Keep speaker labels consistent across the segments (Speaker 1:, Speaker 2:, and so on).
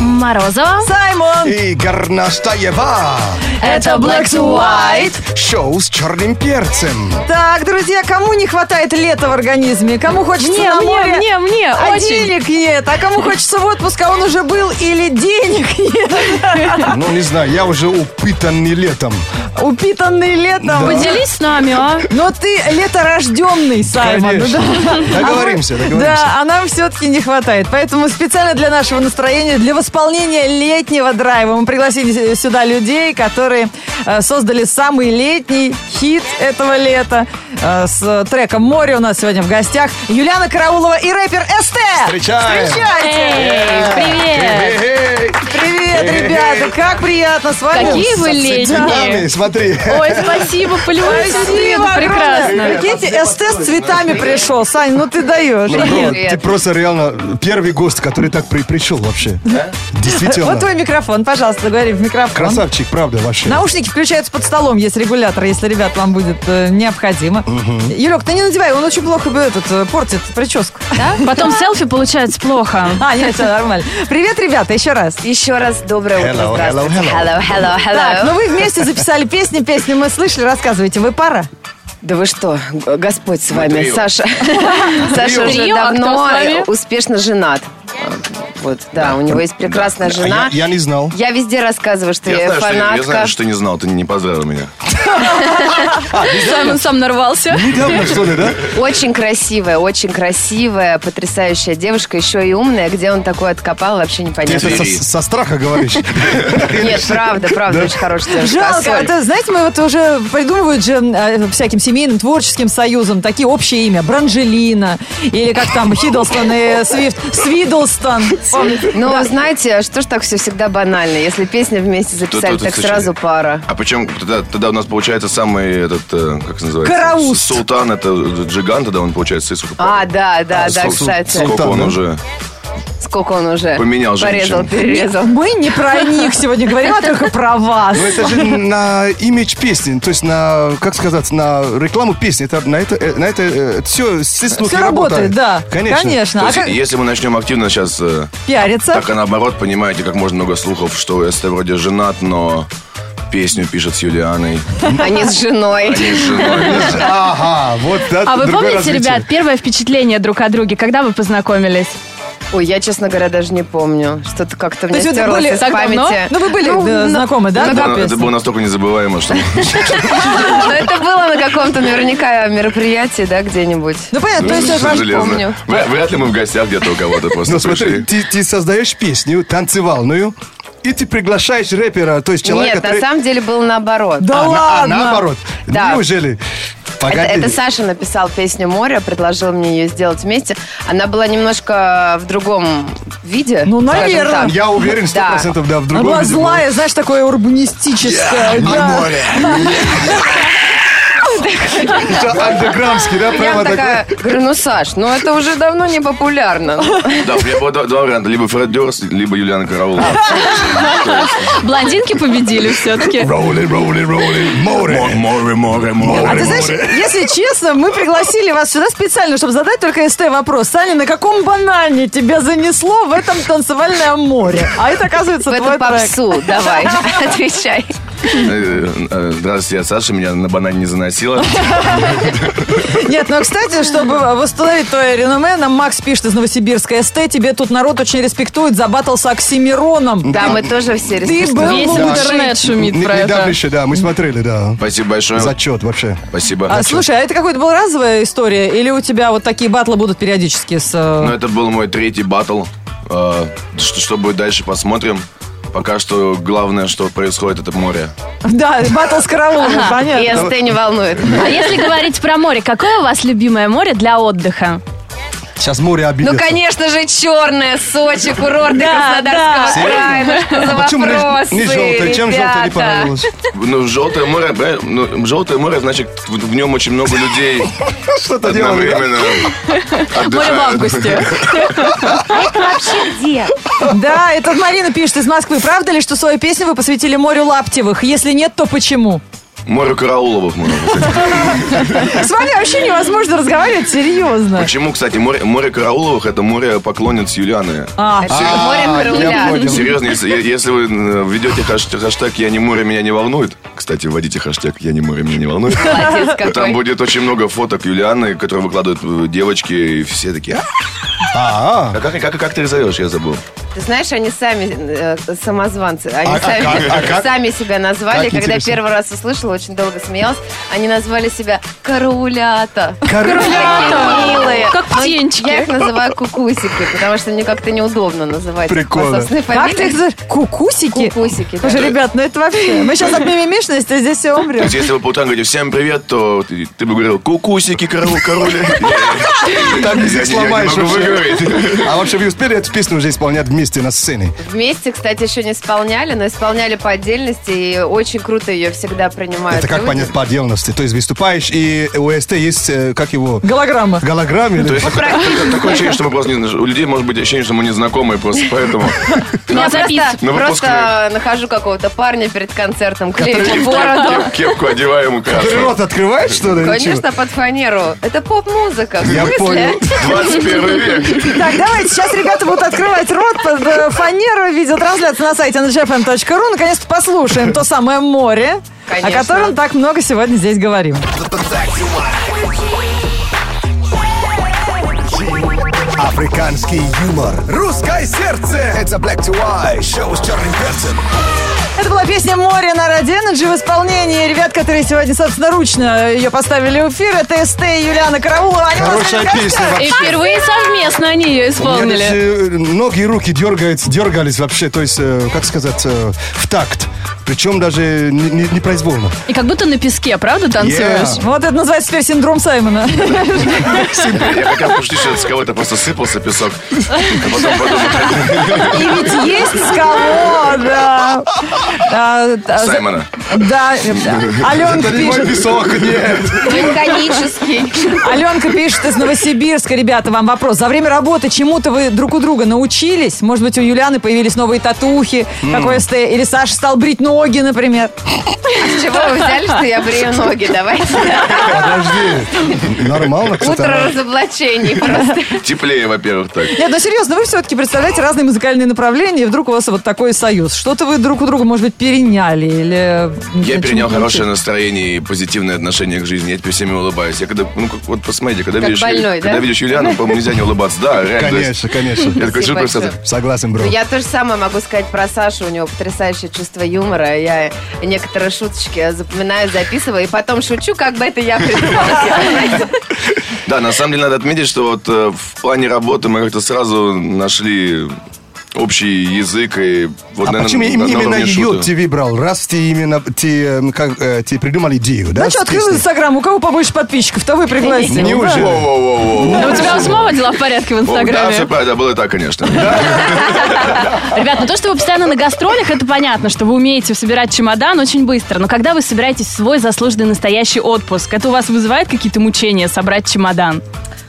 Speaker 1: Морозова.
Speaker 2: Саймон!
Speaker 3: И Горнаштаева.
Speaker 1: Это Black to White.
Speaker 3: Шоу с черным перцем.
Speaker 2: Так, друзья, кому не хватает лета в организме? Кому хочется
Speaker 1: Мне,
Speaker 2: на
Speaker 1: мне,
Speaker 2: море?
Speaker 1: мне, мне,
Speaker 2: а
Speaker 1: очень.
Speaker 2: денег нет. А кому хочется в отпуск, а он уже был или денег нет?
Speaker 3: Ну, не знаю, я уже упитанный летом.
Speaker 2: Упитанный летом.
Speaker 1: Поделись с нами, а?
Speaker 2: Но ты леторожденный, Саймон.
Speaker 3: Конечно.
Speaker 2: да.
Speaker 3: Договоримся,
Speaker 2: А мы-
Speaker 3: договоримся.
Speaker 2: Да, а нам все-таки не хватает. Поэтому специально для нашего настроения, для восполнения летнего драйва мы пригласили с- сюда людей, которые э, создали самый летний хит этого лета. Э, С э, треком «Море» у нас сегодня в гостях Юлиана Караулова и рэпер СТ.
Speaker 3: Встречаем.
Speaker 2: Встречайте!
Speaker 1: Эй, привет!
Speaker 3: Эй,
Speaker 2: Привет, ребята! Как приятно с вами
Speaker 1: Какие вы
Speaker 3: эй, цветами,
Speaker 1: летние!
Speaker 3: смотри.
Speaker 1: Ой, спасибо, плюс,
Speaker 2: Спасибо
Speaker 1: это
Speaker 2: огромное.
Speaker 1: прекрасно.
Speaker 2: Прикиньте, СТ с цветами пришел. Сань, ну ты даешь.
Speaker 3: Ну, бро,
Speaker 1: Привет.
Speaker 3: ты просто реально первый гость, который так при- пришел вообще.
Speaker 2: Вот
Speaker 3: Действительно.
Speaker 2: твой микрофон, пожалуйста, говори в микрофон.
Speaker 3: Красавчик, правда, вообще. А
Speaker 2: Наушники включаются под столом, есть регулятор, если, ребят, вам будет э, необходимо. Юлек, ты не надевай, он очень плохо бы этот, э, портит прическу.
Speaker 1: Да? Потом селфи получается плохо.
Speaker 2: А, нет, все нормально. Привет, ребята, еще раз.
Speaker 4: Еще раз доброе утро.
Speaker 3: Hello, hello,
Speaker 4: Здравствуйте.
Speaker 3: hello.
Speaker 4: Hello, hello, hello.
Speaker 2: Так, ну вы вместе записали песни, песни мы слышали, рассказывайте, вы пара?
Speaker 4: Да вы что, г- Господь с вами,
Speaker 3: трио.
Speaker 4: Саша. Саша уже
Speaker 1: Трио, а кто
Speaker 4: давно
Speaker 1: с вами?
Speaker 4: успешно женат. Вот, да, у него есть прекрасная
Speaker 3: Да,
Speaker 4: жена.
Speaker 3: я- я не знал.
Speaker 4: Я везде рассказываю, что я,
Speaker 5: Я знаю, что, я- я
Speaker 4: фанатка.
Speaker 5: знаю, что ты не знал, ты не поздравил меня.
Speaker 1: Сам, сам нарвался.
Speaker 3: Недавно, что ли, да?
Speaker 4: Очень красивая, очень красивая, потрясающая девушка, еще и умная. Где он такой откопал, вообще
Speaker 3: Ты это
Speaker 4: непонятно.
Speaker 3: со,
Speaker 5: Привет.
Speaker 3: со страха говоришь.
Speaker 4: Нет, правда, правда, очень хорошая девушка. А
Speaker 2: Жалко,
Speaker 1: а
Speaker 4: Ассоль.
Speaker 2: это, знаете, мы а вот уже придумывают же э, всяким семейным творческим союзам такие общие имя. Бранжелина или как там Хиддлстон и Свифт. Свидлстон. Помните?
Speaker 4: Ну, знаете, что ж так все всегда банально? Если песню вместе записали,
Speaker 5: Тут- тут
Speaker 4: так
Speaker 5: слышали.
Speaker 4: сразу пара.
Speaker 5: А причем тогда, тогда у нас получается самый этот, э, как это называется?
Speaker 2: Караус.
Speaker 5: С- Султан, это джиган, тогда он получается Иисус.
Speaker 4: А, да, да, да,
Speaker 5: сколько,
Speaker 4: кстати.
Speaker 5: Сколько
Speaker 3: Султан,
Speaker 5: он
Speaker 3: да?
Speaker 5: уже?
Speaker 4: Сколько он уже
Speaker 5: Поменял
Speaker 4: порезал,
Speaker 5: женщин.
Speaker 4: перерезал.
Speaker 2: Мы не про них сегодня говорим, а только про вас.
Speaker 3: Но Ну, это же на имидж песни, то есть на, как сказать, на рекламу песни. Это, на это, э, на это, все, все слухи
Speaker 2: Все работает, да.
Speaker 3: Конечно.
Speaker 2: Конечно.
Speaker 5: То
Speaker 2: А
Speaker 5: есть,
Speaker 2: как
Speaker 5: если мы начнем активно сейчас э,
Speaker 2: пиарится?
Speaker 5: так, а наоборот, понимаете, как можно много слухов, что СТ вроде женат, но песню пишет с Юлианой.
Speaker 4: Они с женой.
Speaker 5: Не с женой.
Speaker 3: Ага, вот да,
Speaker 1: А вы
Speaker 3: другое
Speaker 1: помните,
Speaker 3: развитие.
Speaker 1: ребят, первое впечатление друг о друге, когда вы познакомились?
Speaker 4: Ой, я, честно говоря, даже не помню. Что-то как-то мне
Speaker 2: есть вы
Speaker 4: стерлось
Speaker 2: были
Speaker 4: из
Speaker 1: так давно?
Speaker 4: памяти.
Speaker 2: Ну, вы были да,
Speaker 4: на-
Speaker 2: знакомы, да?
Speaker 4: на
Speaker 2: до
Speaker 5: Это было- Это
Speaker 2: песни?
Speaker 5: было настолько незабываемо, что...
Speaker 4: Но это было на каком-то наверняка мероприятии, да, где-нибудь.
Speaker 2: Ну, понятно, то есть это ваш-
Speaker 5: Железно.
Speaker 4: помню.
Speaker 5: Вряд вряд ли мы в гостях где-то у кого-то просто
Speaker 3: Ну смотри,
Speaker 5: пришли.
Speaker 3: ты, ты создаешь песню танцевальную, и ты приглашаешь рэпера, то есть человека,
Speaker 4: Нет, на
Speaker 3: который...
Speaker 4: самом деле было наоборот.
Speaker 2: Да
Speaker 3: А, на- а,
Speaker 2: ладно.
Speaker 3: наоборот.
Speaker 4: Да.
Speaker 3: Неужели?
Speaker 4: Это,
Speaker 3: Погоди.
Speaker 4: это Саша написал песню «Море», предложил мне ее сделать вместе. Она была немножко в другом виде.
Speaker 2: Ну,
Speaker 4: скажем
Speaker 2: наверное.
Speaker 4: так.
Speaker 3: Я уверен, сто
Speaker 4: Да.
Speaker 3: процентов, да, в
Speaker 2: Она
Speaker 3: другом
Speaker 2: была
Speaker 3: виде
Speaker 2: злая, знаешь, такое урбанистическое. да.
Speaker 3: было. Не море. Ну, Это андеграмский, да,
Speaker 4: Я
Speaker 3: прямо такой.
Speaker 4: такая, говорю, ну, Саш, ну это уже давно не популярно.
Speaker 5: Да, у меня было два два варианта. Либо Фред Дёрст, либо Юлиана Караулова.
Speaker 1: Блондинки победили все-таки.
Speaker 3: Роули, роули, роули, море.
Speaker 5: Море, море,
Speaker 3: А
Speaker 2: Ты знаешь, если честно, мы пригласили вас сюда специально, чтобы задать только СТ вопрос. Саня, на каком банане тебя занесло в этом танцевальное море? А это, оказывается,
Speaker 4: В
Speaker 2: твой трек.
Speaker 4: эту попсу, давай, отвечай.
Speaker 5: Э, э, Здравствуйте, я Саша, меня на банане не заносило.
Speaker 2: Нет, но, кстати, чтобы восстановить твое реноме, нам Макс пишет из Новосибирска. СТ, тебе тут народ очень респектует за баттл с Оксимироном.
Speaker 4: Да, мы тоже все
Speaker 2: Ты
Speaker 4: респектуем.
Speaker 2: был
Speaker 1: Весь
Speaker 2: лучший.
Speaker 1: интернет шумит
Speaker 3: Не-
Speaker 1: про
Speaker 3: Недавно
Speaker 1: это.
Speaker 3: еще, да, мы смотрели, да.
Speaker 5: Спасибо большое.
Speaker 3: Зачет вообще.
Speaker 5: Спасибо.
Speaker 2: А, слушай, а это какая-то была разовая история? Или у тебя вот такие батлы будут периодически с... э,
Speaker 5: Ну, это был мой третий батл. Э, Что что будет дальше, посмотрим. Пока что главное, что происходит, это море.
Speaker 2: Да, батл с караулом,
Speaker 4: Ага, И
Speaker 2: понятно.
Speaker 4: СТ не волнует.
Speaker 1: А если говорить про море, какое у вас любимое море для отдыха?
Speaker 3: Сейчас море обидится.
Speaker 4: Ну, конечно же, черное, Сочи, курорты
Speaker 1: Да,
Speaker 4: Краснодарского края. Ну, что за
Speaker 3: А Почему не-
Speaker 4: вопросы,
Speaker 3: не желтое? Чем желтое не
Speaker 4: ребята?
Speaker 3: понравилось?
Speaker 5: Ну, желтое море, бля, ну, желтое море, значит, в, в нем очень много людей
Speaker 3: Что-то делали. да?
Speaker 5: одновременно
Speaker 1: Море в
Speaker 5: отдыхают.
Speaker 1: августе.
Speaker 2: Да, это Марина пишет из Москвы. Правда ли, что свою песню вы посвятили морю Лаптевых? Если нет, то почему?
Speaker 5: Море Карауловых можно сказать.
Speaker 2: С вами вообще невозможно разговаривать серьезно.
Speaker 5: Почему, кстати, море, море Карауловых это море поклонниц Юлианы?
Speaker 2: А,
Speaker 4: Это море
Speaker 3: я
Speaker 4: Каруля.
Speaker 3: понял.
Speaker 5: Серьезно, если, е- если вы э, введете хаш- хэштег «Я не море, меня не волнует», кстати, вводите хэштег «Я не море, меня не волнует»,
Speaker 4: Молодец
Speaker 5: то там
Speaker 4: какой.
Speaker 5: будет очень много фоток Юлианы, которые выкладывают э, девочки, и все такие «А,
Speaker 3: А,
Speaker 5: а как, как, как ты их зовешь?» Я забыл.
Speaker 4: Ты знаешь, они сами э, самозванцы. Они
Speaker 3: А- а
Speaker 4: сами,
Speaker 3: как? А как?
Speaker 4: сами себя назвали.
Speaker 3: Как
Speaker 4: Когда
Speaker 3: интересно.
Speaker 4: первый раз услышала, очень долго смеялась. Они назвали себя Карулята.
Speaker 2: Карулята.
Speaker 4: Такие милые.
Speaker 1: Как
Speaker 4: Ну,
Speaker 1: птенчики.
Speaker 4: Я их называю кукусики, потому что мне как-то неудобно называть.
Speaker 3: Прикольно.
Speaker 4: По собственной
Speaker 2: Как ты их
Speaker 4: фамилии.
Speaker 2: называешь? Кукусики?
Speaker 4: Кукусики, да.
Speaker 2: Слушай, ребят, ну это вообще... Мы сейчас отмимимишно, если здесь все
Speaker 5: То
Speaker 2: умрем.
Speaker 5: есть, если вы по утрам говорите «Всем привет», то ты, ты бы говорил «Кукусики, король, короли».
Speaker 3: так
Speaker 5: Я- я
Speaker 3: здесь
Speaker 5: не
Speaker 3: сломаешь
Speaker 5: могу выговорить.
Speaker 3: вообще. А вообще вы успели эту песню уже исполнять вместе на сцене?
Speaker 4: Вместе, кстати, еще не исполняли, но исполняли по отдельности, и очень круто ее всегда принимают.
Speaker 3: Это как
Speaker 4: люди.
Speaker 3: понять по отдельности? То есть выступаешь, и у СТ есть, э, как его,
Speaker 2: Голограмма.
Speaker 3: голограмма? или-
Speaker 5: То есть, такое такое ощущение, что мы просто не... У людей может быть ощущение, что мы незнакомые просто, поэтому...
Speaker 1: Я
Speaker 4: а Просто,
Speaker 1: записываю.
Speaker 5: На выпуск-
Speaker 4: просто нахожу какого-то парня перед концертом, клею
Speaker 5: Кеп-
Speaker 4: ему бороду.
Speaker 5: кеп- Кепку одеваем и
Speaker 3: Ты
Speaker 5: красную.
Speaker 3: рот открываешь, что ли? или
Speaker 4: Конечно, под фанеру. Это поп-музыка. В
Speaker 3: Я
Speaker 4: смысле?
Speaker 3: понял.
Speaker 5: 21 век.
Speaker 2: Так, давайте, сейчас ребята будут открывать рот под э, фанеру. Видеотрансляция на сайте nrgfm.ru. эм Наконец-то послушаем то самое море, о
Speaker 4: Конечно.
Speaker 2: котором так много сегодня здесь говорим.
Speaker 6: Африканский юмор. Русское сердце. Это Black to White. Шоу с черным перцем.
Speaker 2: Это была песня «Море» на Радио Energy в исполнении ребят, которые сегодня собственноручно ее поставили в эфир. Это СТ и Юлиана Караулова. Они
Speaker 3: Хорошая
Speaker 2: просто
Speaker 3: песня
Speaker 2: прекрасны.
Speaker 1: И впервые совместно они ее
Speaker 3: У меня
Speaker 1: исполнили.
Speaker 3: даже э, ноги и руки дергаются, дергались вообще, то есть, э, как сказать, э, в такт. Причем даже не- не- непроизвольно.
Speaker 1: И как будто на песке, правда, танцуешь?
Speaker 3: Yeah.
Speaker 2: Вот это называется теперь синдром Саймона.
Speaker 5: Я хотел пошутить, что это с кого-то просто сыпался песок. А потом подумал,
Speaker 2: И ведь есть с кого, да. А, а, за-
Speaker 5: Саймона.
Speaker 2: Да, э, Аленка пишет,
Speaker 3: песок, нет.
Speaker 4: Механический.
Speaker 2: Аленка пишет из Новосибирска. Ребята, вам вопрос. За время работы чему-то вы друг у друга научились? Может быть, у Юлианы появились новые татухи, как у СТ, или Саша стал брить ноги, например?
Speaker 4: С чего вы взяли, что я брею ноги? Давайте.
Speaker 3: Подожди. Нормально, кстати.
Speaker 4: А. Утро
Speaker 3: она-
Speaker 4: разоблачений просто.
Speaker 5: Теплее, во-первых, так.
Speaker 2: Нет, ну серьезно, вы все-таки представляете разные музыкальные направления, и вдруг у вас вот такой союз. Что-то вы друг у друга, может быть, переняли или...
Speaker 5: Я перенял хорошее
Speaker 2: научились?
Speaker 5: настроение и позитивное отношение к жизни. Я теперь всеми улыбаюсь. Я когда, ну, как, вот посмотрите, когда
Speaker 4: Как
Speaker 5: видишь,
Speaker 4: больной,
Speaker 5: когда
Speaker 4: да?
Speaker 5: видишь Юлиану, по-моему, нельзя не улыбаться. Да, реально. то есть-
Speaker 3: Конечно, конечно.
Speaker 5: Я такой,
Speaker 4: Спасибо
Speaker 5: что
Speaker 4: большое.
Speaker 5: просто-
Speaker 3: Согласен, бро.
Speaker 4: Ну, Я то же самое могу сказать про Сашу. У него потрясающее чувство юмора. Я некоторые шуточки запоминаю, записываю, и потом шучу, как бы это я придумала.
Speaker 5: Да, на самом деле надо отметить, что вот э, в плане работы мы как-то сразу нашли общий язык и вот,
Speaker 3: А
Speaker 5: наверное,
Speaker 3: почему
Speaker 5: на-
Speaker 3: им-
Speaker 5: на
Speaker 3: именно
Speaker 5: уровне
Speaker 3: ее
Speaker 5: шуток.
Speaker 3: ты выбрал? Раз ты именно ты, эм, как, э, ты придумал идею, да?
Speaker 2: Ну что,
Speaker 3: с
Speaker 2: открыл
Speaker 3: песней?
Speaker 2: Инстаграм, у кого побольше подписчиков, того и пригласил.
Speaker 3: Неужели?
Speaker 5: Воу-воу-воу-воу.
Speaker 1: Ну, у тебя у самого дела в порядке в
Speaker 5: О, Да, все
Speaker 1: Инстаграме.
Speaker 5: правильно, было так, конечно.
Speaker 1: Ребят, ну то, что вы постоянно на гастролях, это понятно, что вы умеете собирать чемодан очень быстро. Но когда вы собираетесь в свой заслуженный настоящий отпуск, это у вас вызывает какие-то мучения собрать чемодан?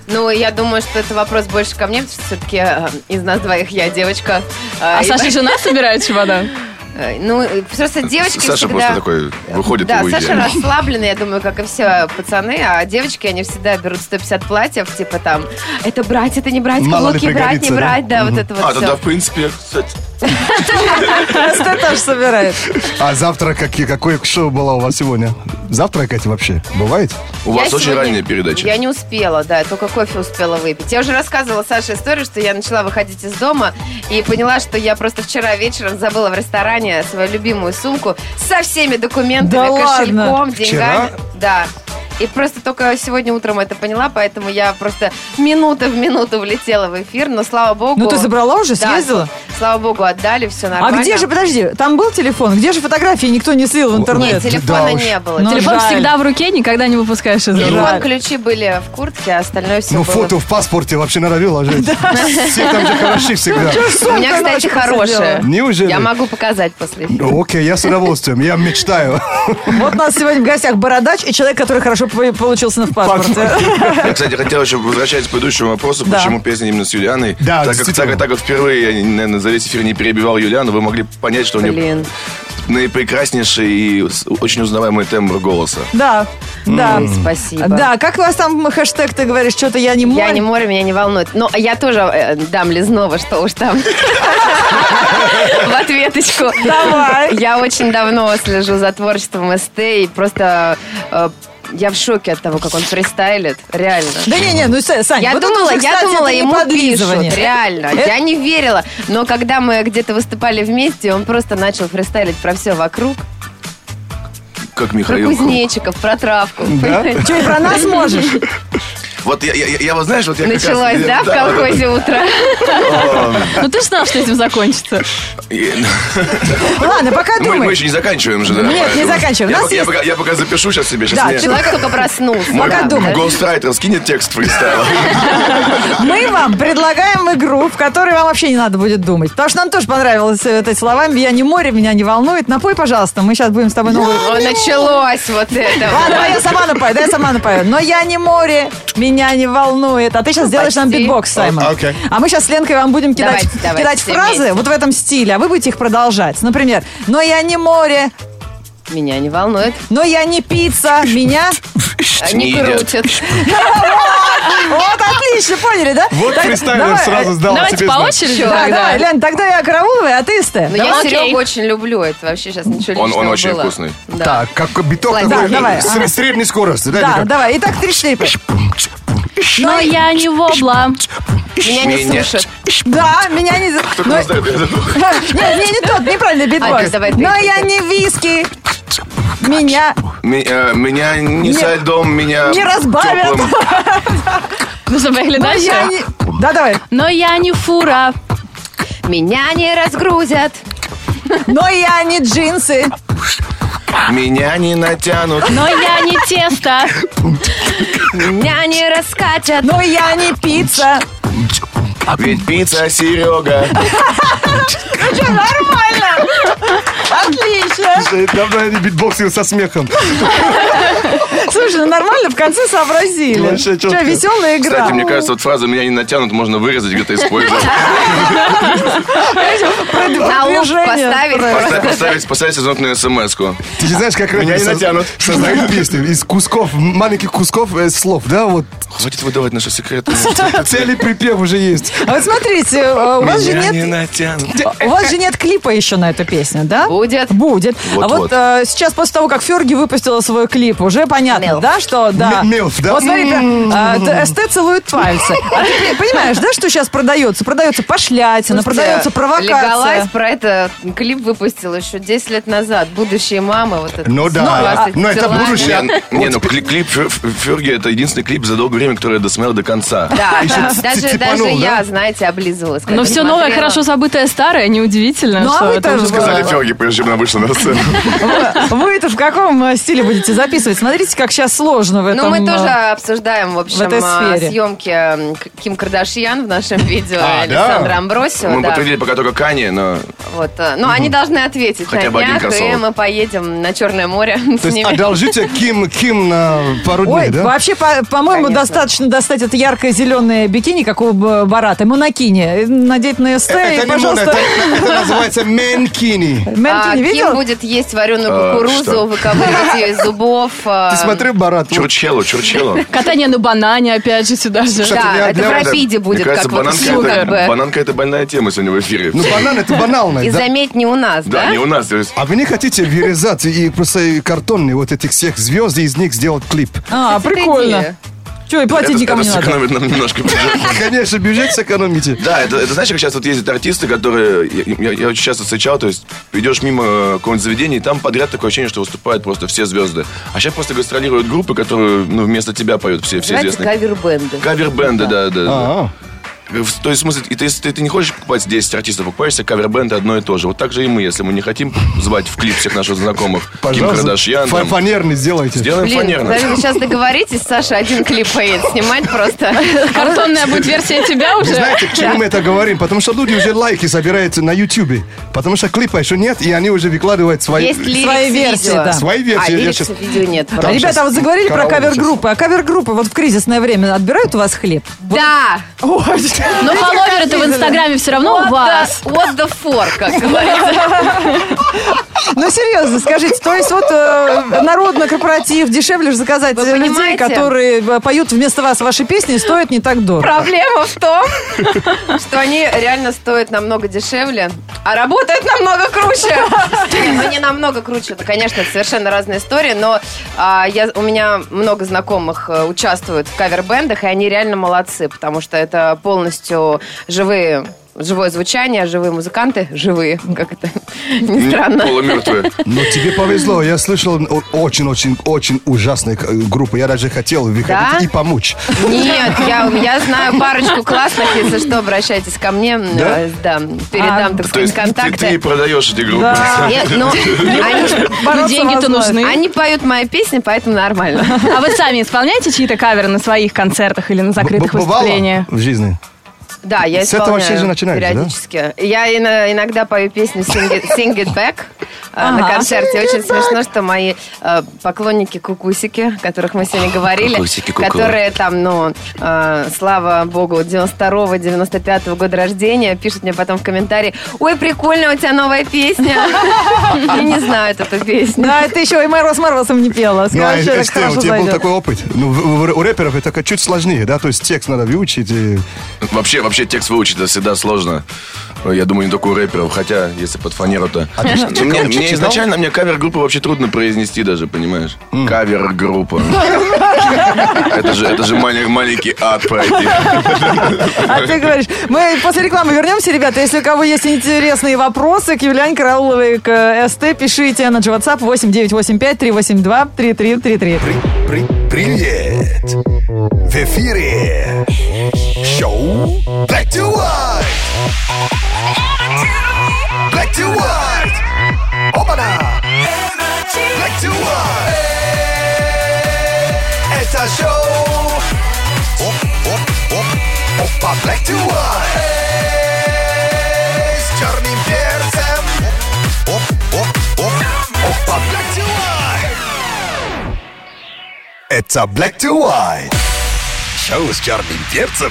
Speaker 4: Ну, я думаю, что это вопрос больше ко мне, потому что все-таки из нас двоих я девочка.
Speaker 1: А
Speaker 4: Э, и-
Speaker 1: Саша жена собирает чемодан?
Speaker 4: Э, Ну, э, просто девочки
Speaker 5: Саша
Speaker 4: всегда...
Speaker 5: просто такой выходит
Speaker 4: Да,
Speaker 5: и уйдет.
Speaker 4: Саша расслабленный, я думаю, как и все пацаны, а девочки, они всегда берут 150 платьев, типа там, это брать, это не брать,
Speaker 3: Мало ли
Speaker 4: каблуки брать,
Speaker 3: пригодится,
Speaker 4: не
Speaker 3: да?
Speaker 4: брать, да, вот это вот
Speaker 5: А,
Speaker 4: все.
Speaker 5: тогда, в принципе, кстати,
Speaker 2: СТ тоже собирает.
Speaker 3: А завтра какие, какое шоу было у вас сегодня? Завтрак эти вообще бывает?
Speaker 5: у
Speaker 4: Я
Speaker 5: вас очень
Speaker 4: сегодня-
Speaker 5: ранняя передача.
Speaker 4: Я не успела, да, только кофе успела выпить. Я уже рассказывала Саше историю, что я начала выходить из дома и поняла, что я просто вчера вечером забыла в ресторане свою любимую сумку со всеми документами,
Speaker 2: Да
Speaker 4: кошельком,
Speaker 2: ладно?
Speaker 4: деньгами.
Speaker 3: Вчера?
Speaker 4: Да. И просто только сегодня утром это поняла, поэтому я просто минута в минуту влетела в эфир, но слава богу...
Speaker 2: Ну ты забрала уже,
Speaker 4: Да, ну,
Speaker 2: съездила?
Speaker 4: слава богу, отдали, все
Speaker 2: А
Speaker 4: нормально.
Speaker 2: где же, подожди, там был телефон? Где же фотографии никто не слил в
Speaker 4: Нет,
Speaker 2: интернет?
Speaker 4: телефона
Speaker 3: Да уж.
Speaker 4: не было.
Speaker 2: Ну,
Speaker 1: Телефон
Speaker 2: жаль.
Speaker 1: всегда в руке, никогда не выпускаешь из рук.
Speaker 4: Телефон, ключи были в куртке, а остальное все
Speaker 3: Ну,
Speaker 4: было
Speaker 3: фото в паспорте вообще надо выложить. Все там же хороши всегда.
Speaker 4: У меня, кстати, хорошее.
Speaker 3: Неужели?
Speaker 4: Я могу показать после эфира.
Speaker 3: Ну, Окей, я с удовольствием, я мечтаю.
Speaker 2: Вот у нас сегодня в гостях бородач и человек, который хорошо по- получился на в паспорте.
Speaker 5: Я, кстати, хотел еще, возвращаясь к предыдущему вопросу,
Speaker 2: Да.
Speaker 5: почему песня именно с Юлианой.
Speaker 3: Да,
Speaker 5: так, как,
Speaker 3: действительно.
Speaker 5: так, так как впервые я, наверное, за весь эфир не перебивал Юлиану, вы могли понять, что у нее
Speaker 4: Блин.
Speaker 5: наипрекраснейший и с- очень узнаваемый тембр голоса.
Speaker 2: Да, да.
Speaker 4: Спасибо.
Speaker 2: Да, как у вас там хэштег, ты говоришь, что-то я не
Speaker 4: Я
Speaker 2: мой?
Speaker 4: не море, меня не волнует. Но я тоже э, дам Лизнова, что уж там. В ответочку.
Speaker 2: Давай.
Speaker 4: Я очень давно слежу за творчеством СТ и просто э, я в шоке от того, как он фристайлит. Реально.
Speaker 2: Да не, не, ну, Са- Сань,
Speaker 4: Я
Speaker 2: вот это
Speaker 4: думала,
Speaker 2: уже,
Speaker 4: я
Speaker 2: кстати,
Speaker 4: думала,
Speaker 2: это не
Speaker 4: ему
Speaker 2: подлизывание.
Speaker 4: пишут, реально. Я не верила. Но когда мы где-то выступали вместе, он просто начал фристайлить про все вокруг.
Speaker 5: Как
Speaker 4: Про
Speaker 5: Михаил Круг.
Speaker 4: кузнечиков, про травку. понимаете?
Speaker 2: Че, и про нас можешь?
Speaker 5: Вот я, я, я- я вот знаешь, вот я как раз-
Speaker 4: Началось, да, в колхозе утро?
Speaker 1: Ну ты же знал, что этим закончится.
Speaker 5: И- ну,
Speaker 2: Ладно, пока
Speaker 5: Мы, мы
Speaker 2: думай.
Speaker 5: еще не заканчиваем же, да?
Speaker 2: Нет, не
Speaker 5: поэтому-
Speaker 2: заканчиваем. У
Speaker 5: Я,
Speaker 2: нас
Speaker 5: пока- я
Speaker 2: есть-
Speaker 5: пока, я пока запишу сейчас себе. Сейчас
Speaker 2: Да,
Speaker 5: мне-
Speaker 4: Человек только проснулся.
Speaker 5: мой
Speaker 2: пока
Speaker 4: да.
Speaker 2: думай.
Speaker 5: Гоустрайтер скинет текст фристайла.
Speaker 2: Мы вам предлагаем игру, в которой вам вообще не надо будет думать. Потому что нам тоже понравилось э, вот эти слова «Я не море, меня не волнует». Напой, пожалуйста, мы сейчас будем с тобой новую...
Speaker 4: О, началось вот это.
Speaker 2: Ладно, давай я сама напою, да, я сама напою. Но я не море, меня не волнует. А ты сейчас сделаешь нам
Speaker 4: почти.
Speaker 2: битбокс, Саймон.
Speaker 3: О, окей.
Speaker 2: А мы сейчас с Ленкой вам будем кидать,
Speaker 4: Давайте, давайте,
Speaker 2: кидать
Speaker 4: все
Speaker 2: фразы
Speaker 4: вместе.
Speaker 2: вот в этом стиле, а вы будете их продолжать. Например, но я не море,
Speaker 4: Меня не волнует.
Speaker 2: но я не пицца, меня...
Speaker 4: А, Не
Speaker 5: Не идет.
Speaker 4: крутит.
Speaker 2: Вот, отлично, поняли, да?
Speaker 3: Вот
Speaker 2: Так,
Speaker 3: фристайлер
Speaker 2: давай,
Speaker 3: сразу
Speaker 2: э,
Speaker 3: сдал.
Speaker 1: Давайте
Speaker 3: теперь
Speaker 1: по
Speaker 3: знаю.
Speaker 1: очереди.
Speaker 4: Чё,
Speaker 2: Да,
Speaker 1: тогда.
Speaker 2: давай, Лен, тогда я карауловая, а ты Эстер.
Speaker 4: Но я
Speaker 1: Ну, окей.
Speaker 4: Серегу очень люблю. Это вообще сейчас ничего
Speaker 5: Он- он
Speaker 4: лишнего
Speaker 5: очень
Speaker 4: было.
Speaker 5: вкусный.
Speaker 4: Да.
Speaker 3: Так, как биток
Speaker 4: Слайд.
Speaker 3: такой,
Speaker 2: Да, давай,
Speaker 3: с-
Speaker 2: ага.
Speaker 3: с средней скоростью, да?
Speaker 2: Да,
Speaker 3: Вика?
Speaker 2: давай, итак, три шлейфа.
Speaker 1: Но я не вобла.
Speaker 4: Меня не
Speaker 5: Меня.
Speaker 4: слушает.
Speaker 2: Да, меня не...
Speaker 5: Кто
Speaker 2: Ну,
Speaker 5: знает, это?
Speaker 2: Нет, не, не тот, неправильный битбокс.
Speaker 4: Опять давай ты,
Speaker 2: Но
Speaker 4: ты,
Speaker 2: я
Speaker 4: ты.
Speaker 2: не виски. Меня
Speaker 5: Ми- э, Меня не со льдом, меня...
Speaker 2: не разбавят.
Speaker 5: теплым.
Speaker 1: Ну что, поехали
Speaker 2: Но я
Speaker 1: дальше?
Speaker 2: не... Да, давай.
Speaker 1: Но я не фура.
Speaker 4: Меня не разгрузят.
Speaker 2: Но я не джинсы.
Speaker 5: Меня не натянут.
Speaker 1: Но я не тесто.
Speaker 4: Меня не раскатят.
Speaker 2: Но Ну, я не пицца.
Speaker 5: Ведь пицца Серега.
Speaker 2: Нормально. Отлично.
Speaker 3: Слушай, Давно я не битбоксил э, со смехом.
Speaker 2: Слушай, ну нормально в конце
Speaker 5: Ну,
Speaker 2: сообразили.
Speaker 3: Вообще
Speaker 2: Что,
Speaker 3: чётко.
Speaker 2: веселая игра.
Speaker 5: Кстати, мне кажется, вот фразу «меня не натянут» можно вырезать, где-то использовать.
Speaker 2: Ну,
Speaker 4: На лоб
Speaker 2: Продвижение.
Speaker 4: поставить.
Speaker 5: Поставь- Поставить, поставить сезонную смс-ку.
Speaker 3: Ты же знаешь, как раньше
Speaker 5: не
Speaker 3: со-
Speaker 5: натянут.
Speaker 3: создают песню из кусков, маленьких кусков э, слов, да, вот.
Speaker 5: Хватит выдавать наши секреты.
Speaker 3: Целый припев уже есть.
Speaker 2: А Вот смотрите, э, у вас же
Speaker 5: Меня не
Speaker 2: нет...
Speaker 5: натянут.
Speaker 2: У вас же нет клипа еще на эту песню, да?
Speaker 4: Будет.
Speaker 2: Будет. а вот,
Speaker 5: Вот-вот.
Speaker 2: э, сейчас после того, как Ферги выпустила свой клип, уже понятно,
Speaker 4: Милф.
Speaker 2: да, что да.
Speaker 3: Ми- милф, да?
Speaker 2: Вот смотри,
Speaker 5: М-м-м.
Speaker 2: э, э, СТ целует пальцы. А ты пе- понимаешь, да, что сейчас продается? Продается пошлятина,
Speaker 4: Слушайте,
Speaker 2: продается провокация.
Speaker 4: Легалайз про это клип выпустил еще 10 лет назад. Будущие мамы. Вот это
Speaker 3: Ну
Speaker 4: с
Speaker 3: да,
Speaker 4: 20
Speaker 3: но это
Speaker 4: делами.
Speaker 3: будущее.
Speaker 5: Не, не, ну кли- клип Фер- Ферги это единственный клип за долгое время, который я досмотрел до конца.
Speaker 4: Да,
Speaker 3: Ещё
Speaker 4: да.
Speaker 3: ц-
Speaker 4: Даже,
Speaker 3: цепанул,
Speaker 4: даже я,
Speaker 3: да?
Speaker 4: знаете, облизывалась. когда
Speaker 1: Но все новое,
Speaker 4: смотрела.
Speaker 1: хорошо забытое, старое, неудивительно.
Speaker 2: Ну, а
Speaker 1: что
Speaker 2: вы
Speaker 1: это
Speaker 2: тоже
Speaker 1: уже
Speaker 2: сказали.
Speaker 5: Сказали Ферги, прежде чем она вышла на сцену.
Speaker 2: Вы это в каком э, стиле будете записывать? Смотрите, как сейчас сложно в этом.
Speaker 4: Ну, мы тоже
Speaker 2: э,
Speaker 4: обсуждаем, в общем,
Speaker 2: этой
Speaker 4: а,
Speaker 2: сфере.
Speaker 4: съемки м, К- Ким Кардашьян в нашем видео
Speaker 3: А, да?
Speaker 4: Александра Амбросио.
Speaker 5: Мы
Speaker 4: да.
Speaker 5: подтвердили пока только Кани, но
Speaker 4: Вот, э, но они должны ответить
Speaker 5: Хотя бы
Speaker 4: на
Speaker 5: один
Speaker 4: днях, и
Speaker 5: кроссовок.
Speaker 4: мы поедем на Черное море с
Speaker 3: То есть
Speaker 4: ними.
Speaker 3: одолжите Ким, Ким на пару
Speaker 2: Ой,
Speaker 3: дней, да?
Speaker 2: вообще, по- по-моему,
Speaker 4: Конечно.
Speaker 2: достаточно достать это яркое зеленое бикини, как у Б- Барата, монокини, Э, надеть на СТ, и,
Speaker 3: Это не моно,
Speaker 2: пожалуйста...
Speaker 3: это это называется менкини.
Speaker 2: Мэн, ты
Speaker 4: А,
Speaker 2: не
Speaker 4: Ким
Speaker 2: видел?
Speaker 4: будет есть вареную
Speaker 5: А,
Speaker 4: кукурузу,
Speaker 5: что?
Speaker 4: выковыривать ее из зубов. э,
Speaker 3: Ты смотрел, Барат? Вот,
Speaker 5: Чурчелло, Чурчелло.
Speaker 1: Катание на банане, опять же, сюда же.
Speaker 3: Кстати,
Speaker 4: Да,
Speaker 3: для-
Speaker 4: А, это
Speaker 3: для-
Speaker 4: в Рапиде
Speaker 5: Мне
Speaker 4: будет,
Speaker 5: кажется,
Speaker 4: как вот
Speaker 5: бананка
Speaker 4: всю, как
Speaker 5: это,
Speaker 4: бы.
Speaker 5: бананка это больная тема сегодня в эфире.
Speaker 3: Ну, банан это банально,
Speaker 4: И
Speaker 3: да?
Speaker 4: заметь, не у нас,
Speaker 5: да,
Speaker 4: да?
Speaker 5: не у нас. то есть-
Speaker 3: А вы не хотите вырезать и просто и картонные вот этих всех звезд и из них сделать клип?
Speaker 2: А,
Speaker 4: Кстати, это
Speaker 2: прикольно.
Speaker 4: идея.
Speaker 2: Че, и
Speaker 5: Это,
Speaker 2: платить никому
Speaker 5: это
Speaker 2: не надо.
Speaker 5: сэкономит нам немножко бюджет.
Speaker 3: Конечно, бюджет сэкономите.
Speaker 5: Да, это, это знаешь, как сейчас вот ездят артисты, которые я, я- я очень часто встречал, то есть идешь мимо э, какого-нибудь заведения, и там подряд такое ощущение, что выступают просто все звезды. А сейчас просто гастролируют группы, которые ну, вместо тебя поют все, все
Speaker 4: Называется
Speaker 5: известные.
Speaker 4: кавер-бенды.
Speaker 5: Кавер-бенды, да, да. да.
Speaker 3: А,
Speaker 5: В- То есть, в смысле, и ты, если ты, ты не хочешь покупать 10 артистов, покупаешь себе кавер-бенд одно и то же. Вот так же и мы, если мы не хотим звать в клип всех наших знакомых. Ким
Speaker 3: пожалуйста,
Speaker 5: Кардашьян,
Speaker 3: фа-
Speaker 5: там,
Speaker 3: фанерный сделайте.
Speaker 5: Сделаем
Speaker 4: Блин,
Speaker 5: фанерный.
Speaker 4: подожди, сейчас договоритесь, Саша один клип поедет снимать просто.
Speaker 1: Картонная будет версия тебя
Speaker 3: а Вы
Speaker 1: уже.
Speaker 3: знаете, к чему мы это говорим? Потому что люди уже лайки собирают на Ютубе. Потому что клипа еще нет, и они уже выкладывают свои...
Speaker 4: Есть лирикс
Speaker 2: Свои версии,
Speaker 4: видео.
Speaker 2: да.
Speaker 3: Свои версии.
Speaker 4: А
Speaker 3: Я
Speaker 4: лирикса
Speaker 3: щас-
Speaker 4: видео нет.
Speaker 3: Там
Speaker 2: Ребята,
Speaker 3: щас
Speaker 2: а вот заговорили про
Speaker 3: караул сейчас.
Speaker 2: кавер-группы. А кавер-группы вот в кризисное время отбирают у вас хлеб?
Speaker 4: Да!
Speaker 2: Ой,
Speaker 1: Но фолловеры-то в Инстаграме все равно у
Speaker 4: What
Speaker 1: вас.
Speaker 4: the, what the fork, как говорится.
Speaker 2: Ну, серьезно, скажите, то есть вот э, народный корпоратив, дешевле же заказать э,
Speaker 4: Вы
Speaker 2: людей,
Speaker 4: понимаете?
Speaker 2: которые э, поют вместо вас ваши песни, стоит не так дорого.
Speaker 4: Проблема в том, что они реально стоят намного дешевле, а работают намного круче. Нет, ну не намного круче, это, конечно, совершенно разная история, но а, я, у меня много знакомых э, участвуют в кавер-бендах, и они реально молодцы, потому что это полностью живые живое звучание, живые музыканты, живые, как это ни странно.
Speaker 5: Полумертвые.
Speaker 3: Но тебе повезло. Я слышал о- очень-очень-очень ужасные к- э, группы. Я даже хотел выходить
Speaker 4: Да? Ну,
Speaker 3: и помочь.
Speaker 4: Нет, я, я знаю парочку классных, если что, обращайтесь ко мне.
Speaker 3: Да?
Speaker 4: Э, да, передам, так
Speaker 5: То
Speaker 4: сказать,
Speaker 5: есть ты-
Speaker 4: контакты.
Speaker 5: ты и продаешь эти группы.
Speaker 4: Нет, ну, они,
Speaker 1: Ну,
Speaker 2: Бороться
Speaker 1: деньги-то
Speaker 2: возможно.
Speaker 1: нужны.
Speaker 4: они поют мои песни, поэтому нормально.
Speaker 1: А вы сами исполняете чьи-то каверы на своих концертах или на закрытых
Speaker 3: Б- бывало
Speaker 1: выступлениях?
Speaker 3: в жизни?
Speaker 4: Да, я
Speaker 3: С этого
Speaker 4: исполняю
Speaker 3: вообще же начинаете, да?
Speaker 4: периодически. Я ин- иногда пою песню Sing It, Sing It Back э, на
Speaker 1: Ага.
Speaker 4: концерте. Очень смешно, что мои э, поклонники-кукусики, о которых мы сегодня говорили,
Speaker 5: Кукусики, кукулы.
Speaker 4: которые там, ну, э, слава богу, 92-95 года рождения, пишут мне потом в комментарии, ой, прикольная у тебя новая песня. Я не знаю эту песню.
Speaker 2: Да, А это еще и Мэрос Мэрвосом не пела.
Speaker 3: Ну, а
Speaker 2: Скажи,
Speaker 3: э,
Speaker 2: как
Speaker 3: Эстер, у
Speaker 2: хорошо
Speaker 3: тебя был
Speaker 2: зайдет.
Speaker 3: такой опыт. Ну, в- в- у рэперов это как- чуть сложнее, да? То есть текст надо выучить. и-
Speaker 5: Вообще, вообще текст выучить это всегда сложно. Я думаю, не только у рэперов, хотя, если под фанеру-то.
Speaker 4: А
Speaker 5: Но мне, мне изначально, мне кавер-группу вообще трудно произнести даже, понимаешь? Кавер-группа. Это же, это же маленький, маленький ад пройти.
Speaker 2: А ты говоришь, мы после рекламы вернемся, ребята. Если у кого есть интересные вопросы к Юлиане Карауловой, к э, СТ, пишите на WhatsApp 8985-382-3333.
Speaker 6: При- привет! В эфире шоу Black to White! Black to White! Опана! Black to White! Это шоу! Оп, оп, оп, опа, Black to White! С черным перцем! Оп, оп, оп, опа, Black to White! Это Black to White. Шоу с черным перцем.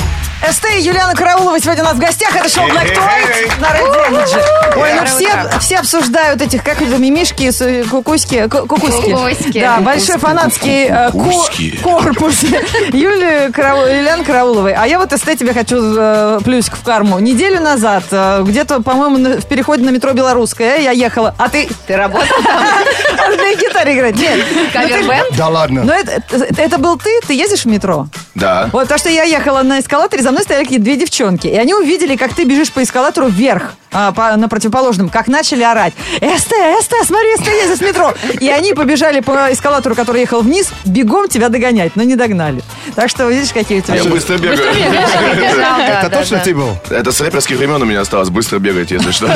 Speaker 2: СТ и Юлиана Караулова сегодня у нас в гостях. Это шоу Black to White на Red Energy. Ой, ну все, все обсуждают этих, как это, мимишки, су- кукуськи. ку- Кукуськи.
Speaker 4: Кукуськи.
Speaker 2: Да, большой фанатский э, ко-
Speaker 5: Кукуськи.
Speaker 2: корпус Юли Карау- Юлианы Карауловой. А я вот, СТ, тебе хочу э, плюсик в карму. Неделю назад, э, где-то, по-моему, на- в переходе на метро Белорусская, я ехала. А ты
Speaker 4: Ты работал там
Speaker 2: на гитаре играть? Нет. Ну,
Speaker 4: кавер-бэнд?
Speaker 3: Да
Speaker 2: Но
Speaker 3: ладно.
Speaker 2: это, это был ты? Ты ездишь в метро?
Speaker 5: Да.
Speaker 2: Вот, потому что я ехала на эскалаторе, за мной стояли какие-то две девчонки. И они увидели, как ты бежишь по эскалатору вверх, а, по- на противоположном, как начали орать. СТ, СТ, смотри, СТ ездит в метро. И они побежали по эскалатору, который ехал вниз, бегом тебя догонять, но не догнали. Так что, видишь, какие у тебя...
Speaker 5: Я быстро бегаю.
Speaker 4: Бежал, да,
Speaker 3: Это
Speaker 4: да,
Speaker 3: точно
Speaker 4: да.
Speaker 3: ты был?
Speaker 5: Это с рэперских времен у меня осталось. Быстро бегать, если что.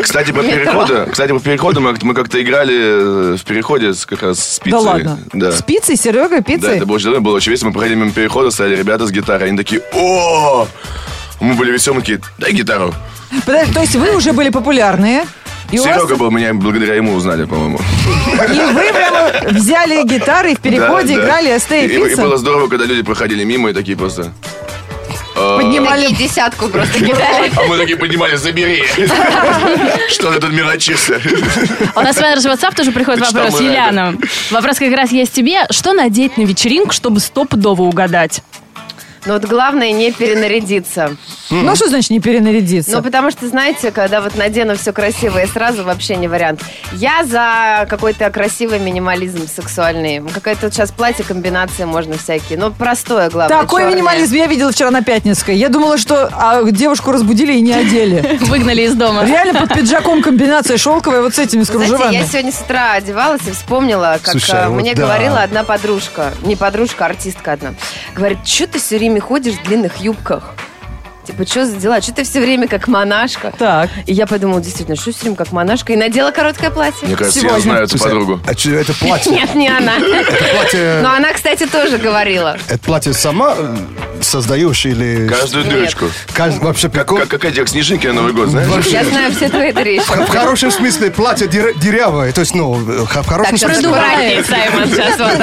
Speaker 5: Кстати, по переходу, кстати, по переходу мы, мы как-то играли э, в переходе с, как раз с
Speaker 2: Да
Speaker 5: пиццей.
Speaker 2: ладно.
Speaker 5: Да.
Speaker 2: С пиццей, Серега,
Speaker 5: Да,
Speaker 2: пиццей?
Speaker 5: это было очень давно, было очень весело. Мы проходили мимо перехода, стояли ребята с гитарой. Они такие, о Мы были веселые, мы такие, дай гитару.
Speaker 2: Подожди, то есть вы уже были популярные? И, у вас-
Speaker 5: Серега был, меня благодаря ему узнали, по-моему.
Speaker 2: и вы прямо взяли гитары и в переходе
Speaker 5: Да, да.
Speaker 2: играли СТ
Speaker 5: И-
Speaker 2: и
Speaker 5: и, и
Speaker 2: пицца?
Speaker 5: было здорово, когда люди проходили мимо и такие просто...
Speaker 4: Такие десятку просто кидали.
Speaker 5: А мы такие поднимали, забери. Что ты тут мелочишься?
Speaker 1: А У нас в адрес WhatsApp тоже приходит
Speaker 5: Почитал
Speaker 1: вопрос,
Speaker 5: мы это.
Speaker 1: Юлиана. Вопрос как раз есть тебе. Что надеть на вечеринку, чтобы стопудово угадать?
Speaker 4: Но вот главное не перенарядиться.
Speaker 2: Ну, что значит не перенарядиться?
Speaker 4: Ну, потому что, знаете, когда вот надену все красивое сразу, вообще не вариант. Я за какой-то красивый минимализм сексуальный. Какое-то вот сейчас платье, комбинации можно всякие. Но простое, главное.
Speaker 2: Такой
Speaker 4: чёрное.
Speaker 2: минимализм я видела вчера на Пятницкой. Я думала, что а, девушку разбудили и не одели.
Speaker 1: Выгнали из дома.
Speaker 2: Реально под пиджаком комбинация шелковая вот с этими с
Speaker 4: Знаете, я
Speaker 2: кружевами.
Speaker 4: сегодня с утра одевалась и вспомнила, как
Speaker 3: Слушай,
Speaker 2: а
Speaker 4: э,
Speaker 3: вот
Speaker 4: мне
Speaker 3: да.
Speaker 4: говорила одна подружка. Не подружка, а артистка одна. Говорит, что ты все время ходишь в длинных юбках? Типа, что за дела? Что ты все время как монашка?
Speaker 2: Так.
Speaker 4: И я подумала, действительно, что все время как монашка? И надела короткое платье.
Speaker 5: Мне кажется, я
Speaker 2: Сегодня.
Speaker 5: знаю эту
Speaker 3: Слушай,
Speaker 5: подругу.
Speaker 3: а чё, это платье.
Speaker 4: Нет, не она.
Speaker 3: Платье...
Speaker 4: Но она, кстати, тоже говорила.
Speaker 3: Это платье сама э, создаешь или...
Speaker 5: Каждую
Speaker 4: Нет.
Speaker 5: дырочку.
Speaker 3: Кажд- Вообще
Speaker 5: Как,
Speaker 3: прикол.
Speaker 5: как, как эти, как снежинки на Новый год, знаешь?
Speaker 4: Я знаю все твои дрищи.
Speaker 3: В хорошем смысле платье дер- дырявое. То есть, ну, в в хорошем
Speaker 4: Так,
Speaker 3: смысле...
Speaker 1: Дурак, Саймон, сейчас вот.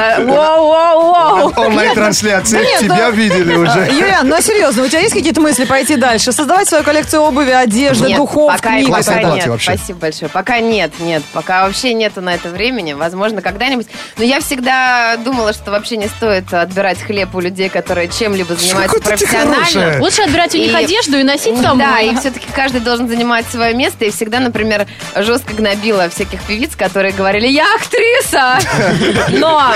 Speaker 2: Воу-воу-воу!
Speaker 3: Онлайн-трансляции
Speaker 2: Да нет,
Speaker 3: тебя
Speaker 2: да.
Speaker 3: видели уже.
Speaker 2: Юлиан, ну серьезно, у тебя есть какие-то мысли пойти дальше? Создавать свою коллекцию обуви, одежды,
Speaker 4: Нет,
Speaker 2: духов,
Speaker 4: пока,
Speaker 2: книг? и
Speaker 4: пока
Speaker 2: так
Speaker 3: Классное
Speaker 2: далее?
Speaker 3: платье
Speaker 4: нет,
Speaker 3: вообще.
Speaker 4: спасибо большое. Пока нет, нет, пока вообще нету на это времени. Возможно, когда-нибудь. Но я всегда думала, что вообще не стоит отбирать хлеб у людей, которые чем-либо занимаются
Speaker 3: какое-то ты
Speaker 4: профессионально.
Speaker 3: хорошая.
Speaker 1: Лучше отбирать у них
Speaker 4: И-
Speaker 1: одежду и носить там.
Speaker 4: Да, и все-таки каждый должен занимать свое место. И всегда, например, жестко гнобила всяких певиц, которые говорили, я актриса! Но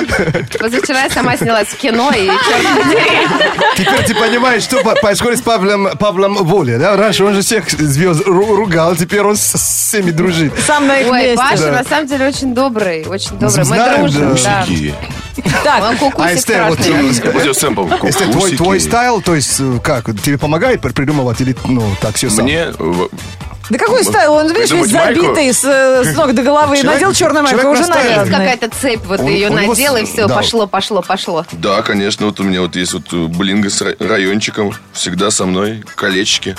Speaker 4: позавчера я сама снялась в кино, и черт подери.
Speaker 3: Теперь ты понимаешь, что по- происходит с Павлом, Павлом Воле, да? Раньше он же всех звезд ру- ругал, теперь он с, с всеми дружит.
Speaker 2: Сам на их
Speaker 4: Ой,
Speaker 2: месте.
Speaker 4: Паша
Speaker 3: Да.
Speaker 4: на самом деле очень добрый, очень добрый. Мы
Speaker 3: Знаем,
Speaker 4: дружим,
Speaker 3: да. А
Speaker 4: да.
Speaker 5: Кукусики.
Speaker 2: Так,
Speaker 4: Он кукусик
Speaker 3: Эстер, вот,
Speaker 4: страшный.
Speaker 3: э,
Speaker 5: Вот я сэмпл.
Speaker 3: Если твой,
Speaker 5: Кукусики.
Speaker 3: твой стайл, то есть э, как, тебе помогает при- придумывать или ну так все сам?
Speaker 5: Мне... в-
Speaker 2: да какой стайл? Он, видишь, весь
Speaker 5: Придумать майку?
Speaker 2: забитый с, э, с ног до головы.
Speaker 3: Человек-
Speaker 2: надел черную майку,
Speaker 3: человек
Speaker 2: уже
Speaker 3: на стайле.
Speaker 4: Есть
Speaker 3: Ладно.
Speaker 2: нарядный.
Speaker 4: какая-то цепь, вот
Speaker 3: Он-
Speaker 4: ты ее
Speaker 3: у него
Speaker 4: надел,
Speaker 3: с-
Speaker 4: и все,
Speaker 3: да.
Speaker 4: пошло, пошло, пошло.
Speaker 5: Да, конечно, вот у меня вот есть вот э, блинга с ра- райончиком, всегда со мной, колечки.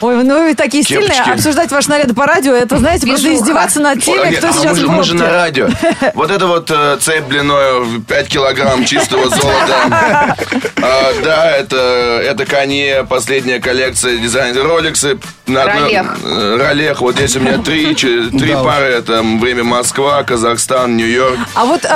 Speaker 2: Ой, ну вы такие
Speaker 5: Кепочки.
Speaker 2: стильные. Обсуждать ваши наряды по радио, это, знаете, просто
Speaker 4: Движуха.
Speaker 2: издеваться над
Speaker 5: Ой,
Speaker 2: теми,
Speaker 5: нет,
Speaker 2: кто
Speaker 5: а мы,
Speaker 2: сейчас
Speaker 5: же,
Speaker 2: в
Speaker 5: мы же на
Speaker 2: пробке.
Speaker 5: радио. Вот это вот э, цепь длиной в 5 килограмм чистого золота. А, да, это, это Канье, последняя коллекция дизайнера Роликсы. На одной-
Speaker 4: Ролех.
Speaker 5: э, Ролех. Вот здесь у меня три, че- три
Speaker 3: Да уж.
Speaker 5: пары. Это время Москва, Казахстан, Нью-Йорк.
Speaker 2: А вот, э,
Speaker 3: И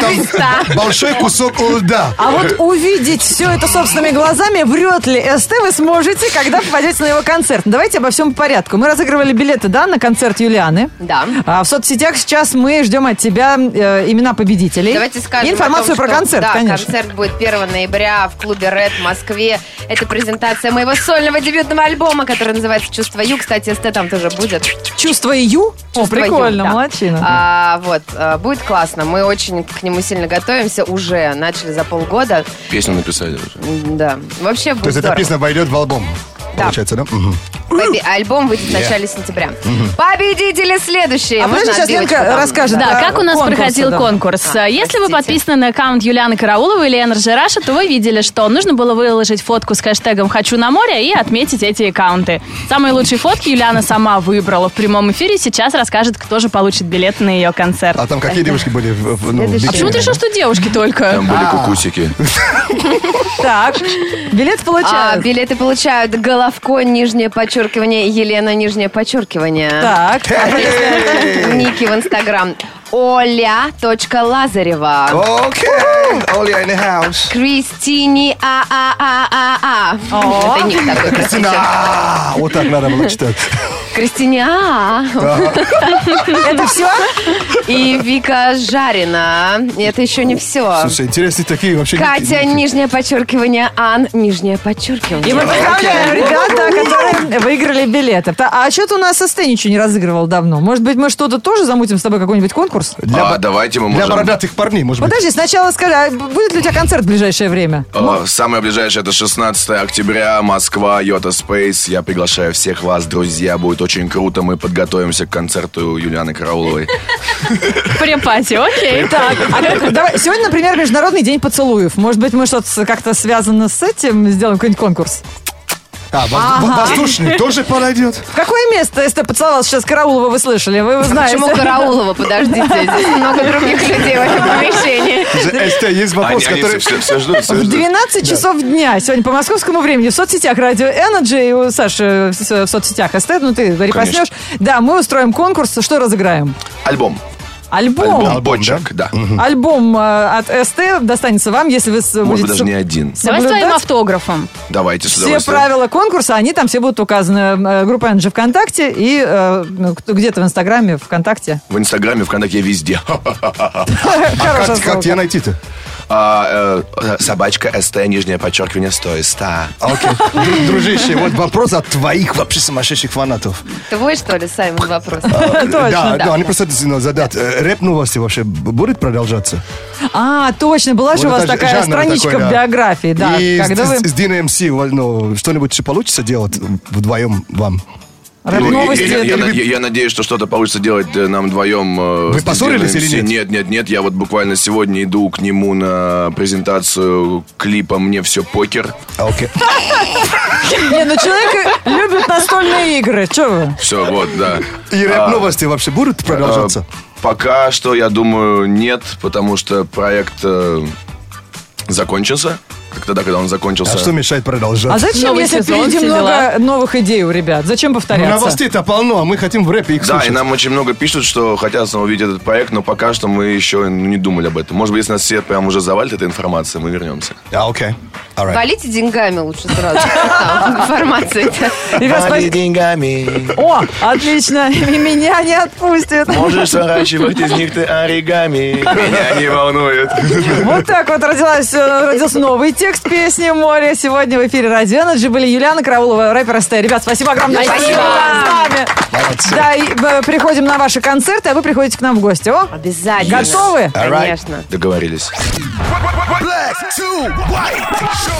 Speaker 3: там большой кусок льда.
Speaker 2: а вот увидеть все это собственными глазами, врет ли СТ, вы сможете, когда попадете на его концерт. Давайте обо всем по порядку. Мы разыгрывали билеты, да, на концерт Юлианы.
Speaker 4: Да.
Speaker 2: А в соцсетях сейчас мы ждем от тебя э, имена победителей.
Speaker 4: Давайте скажем
Speaker 2: И информацию
Speaker 4: о том,
Speaker 2: про
Speaker 4: что-
Speaker 2: концерт,
Speaker 4: да,
Speaker 2: конечно.
Speaker 4: концерт будет 1 ноября в клубе «Ред» в Москве. Это презентация моего сольного дебютного альбома, который называется «Чувство Ю». Кстати, СТ там тоже будет.
Speaker 2: Чувство Ю. О,
Speaker 4: «Чувство Ю»,
Speaker 2: прикольно,
Speaker 4: да.
Speaker 2: молодчина.
Speaker 4: А, вот, а, будет классно. Мы очень к нему сильно готовимся уже. Начали за полгода.
Speaker 5: Песню написали уже.
Speaker 4: М, Да. Вообще будет
Speaker 3: То есть эта
Speaker 4: здорово.
Speaker 3: песня войдет в альбом.
Speaker 4: Да.
Speaker 3: Получается, да? Мгм.
Speaker 4: Поби- Альбом выйдет в начале сентября. Победители следующие.
Speaker 2: А подожди, сейчас
Speaker 4: отбивочку
Speaker 2: Ленка
Speaker 4: там?
Speaker 2: расскажет.
Speaker 1: Да,
Speaker 2: Да,
Speaker 1: как у нас
Speaker 2: конкурсы,
Speaker 1: проходил
Speaker 2: да.
Speaker 1: конкурс?
Speaker 4: А,
Speaker 1: Если вы
Speaker 4: простите.
Speaker 1: подписаны на аккаунт Юлианы Карауловой или Energy Раша, то вы видели, что нужно было выложить фотку с хэштегом «Хочу на море» и отметить эти аккаунты. Самые лучшие фотки Юлиана сама выбрала в прямом эфире. Сейчас расскажет, кто же получит билеты на ее концерт.
Speaker 3: А там какие девушки были? в- в- ну, в
Speaker 4: Следующий.
Speaker 1: А почему ты
Speaker 3: бикини,
Speaker 1: решил, что девушки только?
Speaker 5: Там были
Speaker 3: А.
Speaker 5: кукусики.
Speaker 2: Так, билет
Speaker 4: А,
Speaker 2: получают.
Speaker 4: билеты получают Головко, нижнее подчеркивание, Елена, нижнее подчеркивание. А
Speaker 2: Так,
Speaker 3: Э,
Speaker 4: Ники в Инстаграм. Оля.Лазарева.
Speaker 3: да? Окей, Оля in the house.
Speaker 4: Кристини
Speaker 2: О.
Speaker 4: А, А-А-А-А-А. А. Это ник такой
Speaker 3: Кристина,
Speaker 4: красивый.
Speaker 3: а, вот так надо было читать.
Speaker 4: Кристини А.
Speaker 2: это все?
Speaker 4: И Вика Жарина. Это еще не все.
Speaker 3: Слушай, интересные такие вообще...
Speaker 4: Катя, нижнее подчеркивание, Ан, нижнее подчеркивание.
Speaker 2: И мы
Speaker 3: э,
Speaker 2: поздравляем ребят, да, которые выиграли билеты. Та- А что-то у нас СТ ничего не разыгрывал давно. Может быть, мы что-то тоже замутим с тобой какой-нибудь конкурс?
Speaker 5: А, давайте мы
Speaker 3: Для
Speaker 5: можем...
Speaker 3: бородатых парней, может быть.
Speaker 2: Подожди, сначала скажи, а будет ли у тебя концерт в ближайшее время?
Speaker 5: А, Самое ближайшее это 16 октября, Москва, Йота Спейс. Я приглашаю всех вас, друзья. Будет очень круто. Мы подготовимся к концерту Юлианы Карауловой.
Speaker 1: В препате, окей.
Speaker 2: Так, а как- давай, сегодня, например, Международный день поцелуев. Может быть, мы что-то с- как-то связано с этим сделаем какой-нибудь конкурс.
Speaker 3: А, воз- воздушный тоже подойдет?
Speaker 2: В какое место СТ поцеловал сейчас Караулова, вы слышали?
Speaker 5: А
Speaker 2: Вы его знаете.
Speaker 4: Почему Караулова? Подождите, здесь много других людей в этом помещении.
Speaker 3: Же, СТ, есть вопрос,
Speaker 5: Они, они
Speaker 3: который...
Speaker 5: все, все ждут, все
Speaker 2: В
Speaker 5: ждут.
Speaker 2: 12 часов дня сегодня по московскому времени в соцсетях Радио Energy и у Саши в с- в соцсетях СТ, ну ты репостнешь. Да, мы устроим конкурс. Что разыграем?
Speaker 5: Альбом.
Speaker 2: Альбом.
Speaker 5: Альбом бочек, да.
Speaker 2: Альбом э, от СТ достанется вам, если вы с-
Speaker 5: Может
Speaker 2: будете
Speaker 5: быть,
Speaker 2: со-
Speaker 5: даже не один.
Speaker 1: Давай с твоим
Speaker 2: соблюдать
Speaker 1: автографом.
Speaker 5: Давайте с
Speaker 2: все
Speaker 5: удовольствием.
Speaker 2: правила конкурса, они там все будут указаны. Э, Группа Energy ВКонтакте и э, ну, кто- где-то в Инстаграме ВКонтакте.
Speaker 5: В Инстаграме, ВКонтакте, я везде.
Speaker 2: Хорошая
Speaker 3: А, Как,
Speaker 2: ссылка.
Speaker 3: как тебя найти-то?
Speaker 5: А, э, собачка СТ, нижнее подчеркивание, 100 ста.
Speaker 3: А, Окей. Дру- Дружище, вот вопрос от твоих вообще сумасшедших фанатов.
Speaker 4: Твой, что ли, Саймон, вопрос?
Speaker 2: Точно,
Speaker 3: да,
Speaker 4: да.
Speaker 3: да, они просто ну, задат. Э, Рэп новости вообще б- будет продолжаться?
Speaker 2: А, точно, была же у
Speaker 3: Вот
Speaker 2: вас
Speaker 3: это ж-
Speaker 2: такая
Speaker 3: жанр
Speaker 2: страничка
Speaker 3: такой,
Speaker 2: в
Speaker 3: да.
Speaker 2: биографии, да.
Speaker 3: И
Speaker 2: когда
Speaker 3: с,
Speaker 2: вы...
Speaker 3: с DNMC, ну, что-нибудь еще получится делать вдвоем вам?
Speaker 2: Рэп
Speaker 5: Ну, и-
Speaker 2: новости.
Speaker 5: и- я, я
Speaker 2: это-
Speaker 5: на- я- я надеюсь, что что-то получится делать э, нам вдвоем. э,
Speaker 3: Вы
Speaker 5: с
Speaker 3: поссорились
Speaker 5: Николаем
Speaker 3: или
Speaker 5: Си-
Speaker 3: нет?
Speaker 5: Нет, нет, нет. Я вот буквально сегодня иду к нему на презентацию клипа «Мне все покер».
Speaker 3: А, Окей.
Speaker 2: Не, ну человек любит настольные игры. Че вы? А
Speaker 5: Все, вот, да.
Speaker 3: И
Speaker 5: А.
Speaker 3: рэп-новости вообще будут продолжаться?
Speaker 5: Э, Пока что, я думаю, нет, потому что проект э, закончился. Как Тогда, когда он закончился.
Speaker 3: А что мешает
Speaker 2: А
Speaker 3: продолжаться?
Speaker 2: зачем,
Speaker 1: Новый
Speaker 2: если
Speaker 1: сезон,
Speaker 2: впереди
Speaker 1: все
Speaker 2: много
Speaker 1: дела.
Speaker 2: новых идей у ребят?
Speaker 3: Ну,
Speaker 2: Зачем повторяться?
Speaker 3: Новостей-то полно, а мы хотим в рэпе их
Speaker 5: Да, и
Speaker 3: слушать.
Speaker 5: нам очень много пишут, что хотят снова увидеть этот проект, но пока что мы еще не думали об этом. Может быть, если нас все прям уже завалит эта информация, мы вернемся.
Speaker 3: А, окей. Alright.
Speaker 4: Валите деньгами лучше сразу. Там Информация.
Speaker 2: Ребят, спасибо.
Speaker 5: деньгами.
Speaker 2: О, отлично. И меня не отпустят.
Speaker 5: Можешь сворачивать из них ты оригами. Меня не волнует.
Speaker 2: Вот так вот родилась, э, родился новый текст песни «Море». Сегодня в эфире «Радио Energy» были Юлиана Караулова, рэпер «Астэ». Ребят, спасибо огромное.
Speaker 1: Спасибо.
Speaker 2: что были с нами.
Speaker 3: Молодцы.
Speaker 2: Да, и, э, приходим на ваши концерты, а вы приходите к нам в гости. О,
Speaker 4: Обязательно.
Speaker 2: готовы?
Speaker 3: Alright.
Speaker 4: Конечно.
Speaker 5: Договорились.
Speaker 6: Black to white. Шоу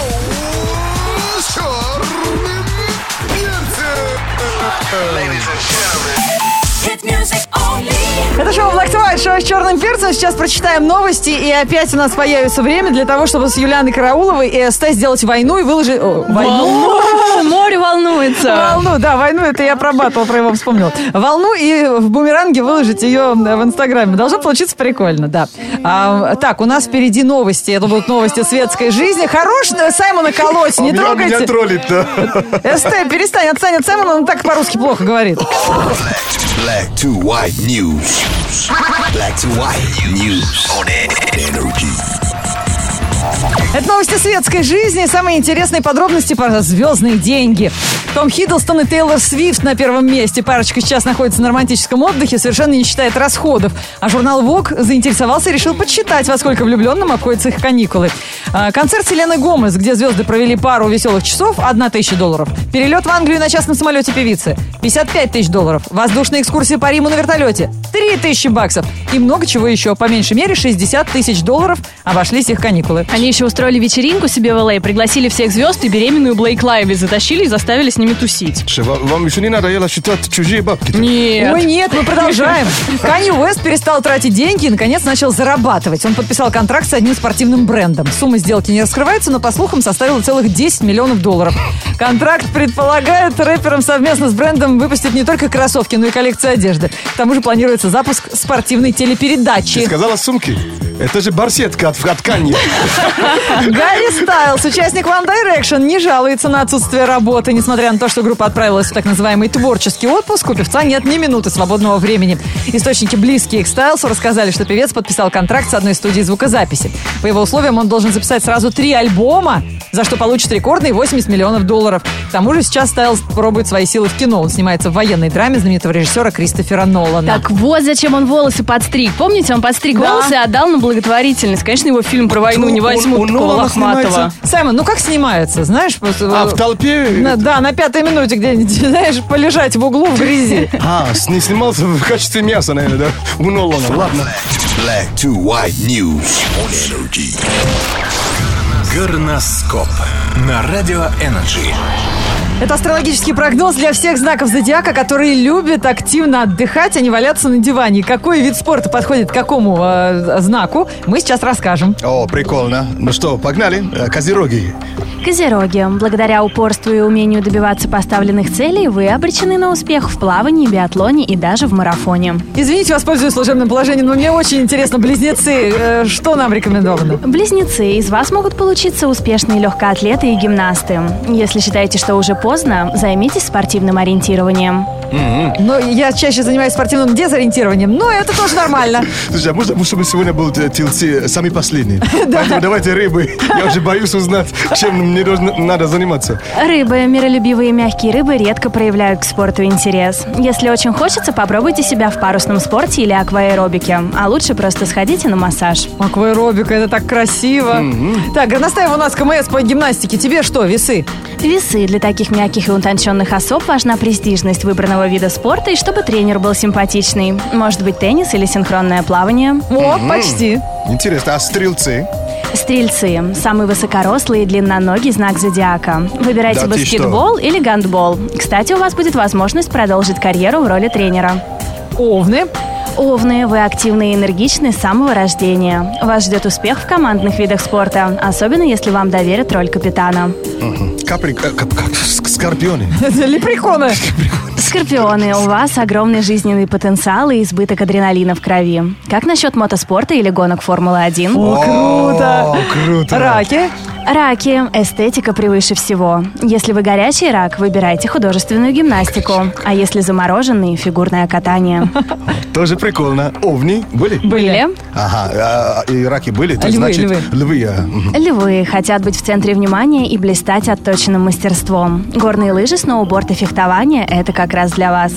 Speaker 6: с черным перцем.
Speaker 7: Hit music only.
Speaker 2: Это шоу «Black to White», шоу с черным перцем. Сейчас прочитаем новости, и опять у нас появится время для того, чтобы с Юлианой Карауловой и СТ сделать войну и выложить... о, войну?
Speaker 1: Волнуется, море волнуется.
Speaker 2: Волну, да, войну, это я про Батл, про его вспомнил. Волну и в бумеранге выложить ее в Инстаграме. Должно получиться прикольно, да. А, так, у нас впереди новости. Это будут новости светской жизни. Хорош э, Саймона колоть, не
Speaker 3: Меня- А Меня
Speaker 2: трогайте.
Speaker 3: троллит, да.
Speaker 2: СТ, перестань, отстань от Саймона, он так по-русски плохо говорит.
Speaker 6: Black to white news. Black to white news on energy.
Speaker 2: Это новости светской жизни, самые интересные подробности про звездные деньги. Том Хиддлстон и Тейлор Свифт на первом месте. Парочка сейчас находится на романтическом отдыхе, совершенно не считает расходов. А журнал Vogue заинтересовался и решил подсчитать, во сколько влюбленным обходятся их каникулы. А, Концерт Селены Гомес, где звезды провели пару веселых часов, одна тысяча долларов. Перелет в Англию на частном самолете певицы, 55 тысяч долларов. Воздушная экскурсия по Риму на вертолете, 3 тысячи баксов. И много чего еще, по меньшей мере 60 тысяч долларов обошлись их каникулы.
Speaker 1: Они еще устроили вечеринку себе в Л.А., пригласили всех звезд и беременную Блейк Лайви затащили и заставили с ними тусить.
Speaker 3: Слушай, Вам вам еще не надоело считать чужие бабки?
Speaker 1: Нет.
Speaker 2: Ой, нет, мы продолжаем. Канье Уэст перестал тратить деньги и, наконец, начал зарабатывать. Он подписал контракт с одним спортивным брендом. Сумма сделки не раскрывается, но, по слухам, составила целых 10 миллионов долларов. Контракт предполагает рэперам совместно с брендом выпустить не только кроссовки, но и коллекцию одежды. К тому же планируется запуск спортивной
Speaker 3: Ты
Speaker 2: телепередачи.
Speaker 3: сказала сумки? Это же барсетка от, от Канье.
Speaker 2: Гарри Стайлс, участник One Direction, не жалуется на отсутствие работы. Несмотря на то, что группа отправилась в так называемый творческий отпуск, у певца нет ни минуты свободного времени. Источники, близкие к Стайлсу, рассказали, что певец подписал контракт с одной студией звукозаписи. По его условиям он должен записать сразу три альбома, за что получит рекордные 80 миллионов долларов. К тому же сейчас Стайлс пробует свои силы в кино. Он снимается в военной драме знаменитого режиссера Кристофера Нолана.
Speaker 1: Так вот зачем он волосы подстриг. Помните, он подстриг
Speaker 2: Да.
Speaker 1: волосы и отдал на благотворительность. Конечно, его фильм про войну
Speaker 3: Ну,
Speaker 1: не
Speaker 3: он-
Speaker 1: возьмут
Speaker 3: он
Speaker 1: такого
Speaker 3: Нолана
Speaker 1: лохматого.
Speaker 3: снимается?
Speaker 2: Саймон, ну как снимается, знаешь? вот,
Speaker 3: А
Speaker 2: э,
Speaker 3: в толпе...
Speaker 2: На- да, на пятой минуте где-нибудь, знаешь, полежать в углу в грязи.
Speaker 3: А, с- не снимался в качестве мяса, наверное, да? У Нолана, ладно.
Speaker 6: Black to white news on energy.
Speaker 8: Горноскоп на Радио Энерджи.
Speaker 2: Это астрологический прогноз для всех знаков зодиака, которые любят активно отдыхать, а не валяться на диване. И Какой вид спорта подходит к какому э, знаку, мы сейчас расскажем.
Speaker 3: О, прикольно. Ну что, погнали? Э, Козероги.
Speaker 9: Козероги, благодаря упорству и умению добиваться поставленных целей, вы обречены на успех в плавании, биатлоне и даже в марафоне.
Speaker 2: Извините, воспользуюсь служебным положением, но мне очень интересно, близнецы, э, что нам рекомендовано?
Speaker 9: Близнецы, из вас могут получиться успешные легкоатлеты и гимнасты. Если считаете, что уже поздно, займитесь спортивным ориентированием.
Speaker 2: Ну, я чаще занимаюсь спортивным дезориентированием, но это тоже нормально.
Speaker 3: Слушай, а можно, мы- чтобы сегодня был э, тилси самый последний? Поэтому давайте рыбы. Я уже боюсь узнать, чем мне должно- надо заниматься.
Speaker 9: Рыбы, миролюбивые мягкие рыбы редко проявляют к спорту интерес. Если очень хочется, попробуйте себя в парусном спорте или акваэробике, а лучше просто сходите на массаж.
Speaker 2: Акваэробика, это так красиво. Так, Горностаева у нас КМС по гимнастике. Тебе что, весы?
Speaker 9: Весы для таких мягких и утонченных особ важна престижность выбранного вида спорта и чтобы тренер был симпатичный. Может быть, теннис или синхронное плавание.
Speaker 2: Вот, почти.
Speaker 3: Интересно, а стрелцы?
Speaker 9: Стрельцы – самый высокорослый и длинноногий знак зодиака. Выбирайте
Speaker 3: Да ты
Speaker 9: баскетбол или гандбол. Кстати, у вас будет возможность продолжить карьеру в роли тренера.
Speaker 2: Овны.
Speaker 9: Овны, вы активны и энергичны с самого рождения. Вас ждет успех в командных видах спорта, особенно если вам доверят роль капитана.
Speaker 3: Капри... э, кап- как- ск- Скорпионы.
Speaker 2: Лепреконы.
Speaker 9: Скорпионы, у вас огромный жизненный потенциал и избыток адреналина в крови. Как насчет мотоспорта или гонок Формулы-1?
Speaker 2: О,
Speaker 3: О,
Speaker 2: круто.
Speaker 3: круто.
Speaker 2: Раки.
Speaker 9: Раки. Эстетика превыше всего. Если вы горячий рак, выбирайте художественную гимнастику. А если замороженный, фигурное катание.
Speaker 3: Тоже прикольно. Овни были?
Speaker 9: Были.
Speaker 3: Ага, а, и раки были, то
Speaker 2: Львы,
Speaker 3: значит,
Speaker 2: львы.
Speaker 3: а, мгм.
Speaker 9: Львы хотят быть в центре внимания и блистать отточенным мастерством. Горные лыжи, сноуборд и фехтование – это как раз для вас.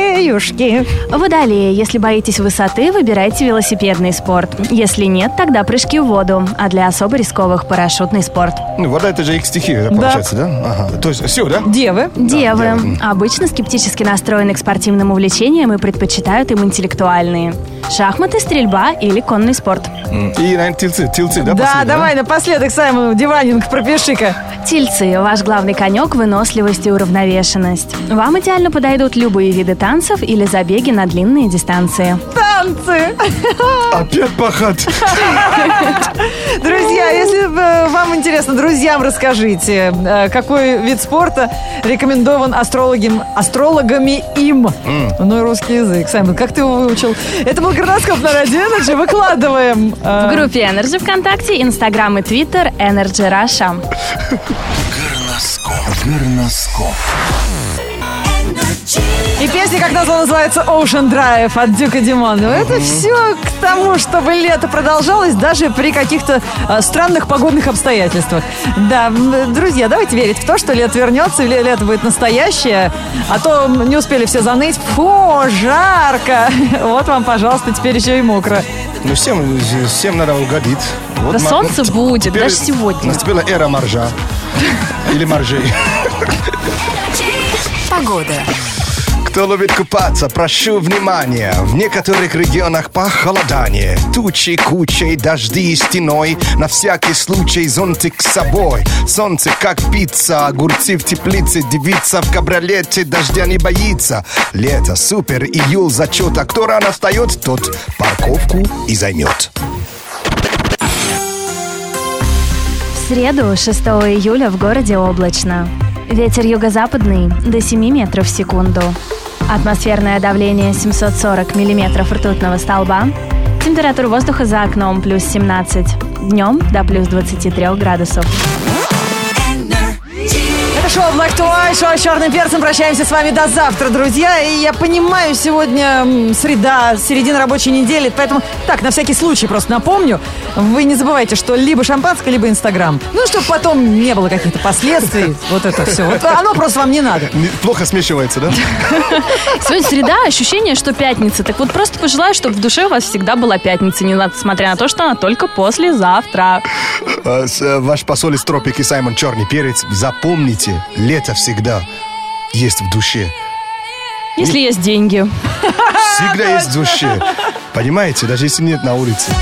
Speaker 2: Водолеюшки.
Speaker 9: Водолеи, если боитесь высоты, выбирайте велосипедный спорт. Если нет, тогда прыжки в воду. А для особо рисковых – парашютный спорт.
Speaker 3: Ну, вода это же их стихия, да, получается, да? Ага. То есть все, да?
Speaker 2: Девы.
Speaker 9: Девы. Обычно скептически настроены к спортивным увлечениям и предпочитают им интеллектуальные. Шахматы, стрельба или конный спорт.
Speaker 3: И, наверное, тельцы, тельцы, да?
Speaker 2: Да,
Speaker 3: последний,
Speaker 2: давай напоследок, Саймон, Диванинг, пропиши-ка.
Speaker 9: Тельцы – ваш главный конек – выносливость и уравновешенность. Вам идеально подойдут любые виды танцев или забеги на длинные дистанции.
Speaker 2: Танцы.
Speaker 3: Опять пахать.
Speaker 2: Друзья, если э, вам интересно, друзьям расскажите, э, какой вид спорта рекомендован астрологам, астрологами им. Ну и русский язык. Саймон, как ты его выучил? Это был гороскоп на Радио Energy. Выкладываем. э,
Speaker 9: В группе Energy ВКонтакте, Инстаграм и Твиттер Energy Russia.
Speaker 8: Горноскоп. Горноскоп.
Speaker 2: И песня, как назло, называется Ocean Drive от Дюка Димонова. Это все к тому, чтобы лето продолжалось даже при каких-то э, странных погодных обстоятельствах. Да, м, друзья, давайте верить в то, что лето вернется, и ле- лето будет настоящее. А то м, не успели все заныть. Фу, жарко! Вот вам, пожалуйста, теперь еще и мокро.
Speaker 3: Ну, всем, всем надо угодить. Вот
Speaker 1: Да
Speaker 3: ма-
Speaker 1: солнце будет,
Speaker 3: теперь-
Speaker 1: даже сегодня.
Speaker 3: Наступила эра маржа. Или маржей.
Speaker 7: Погода.
Speaker 3: Кто любит купаться, прошу внимания. В некоторых регионах похолодание. Тучи кучей, дожди и стеной. На всякий случай зонтик с собой. Солнце как пицца, огурцы в теплице. Девица в кабриолете дождя не боится. Лето, супер, июль зачета. Кто рано встает, тот парковку и займет.
Speaker 9: В среду, 6 июля, в городе облачно. Ветер юго-западный до 7 метров в секунду. Атмосферное давление 740 миллиметров ртутного столба. Температура воздуха за окном плюс 17. Днем до плюс 23 градусов.
Speaker 2: Это шоу Black to White», шоу «Черным перцем». Прощаемся с вами до завтра, друзья. И я понимаю, сегодня м, среда, середина рабочей недели, поэтому так, на всякий случай просто напомню. Вы не забывайте, что либо шампанское, либо Инстаграм. Ну, чтобы потом не было каких-то последствий. Вот это все. Вот оно просто вам не надо.
Speaker 3: Плохо смешивается, да?
Speaker 1: Сегодня среда, ощущение, что пятница. Так вот просто пожелаю, чтобы в душе у вас всегда была пятница, несмотря на то, что она только послезавтра.
Speaker 3: Э, с- э, Ваш посол из тропики Саймон Черный Перец. Запомните, лето всегда есть в душе.
Speaker 1: Если есть деньги.
Speaker 3: Всегда есть в душе. Понимаете, даже если нет на улице.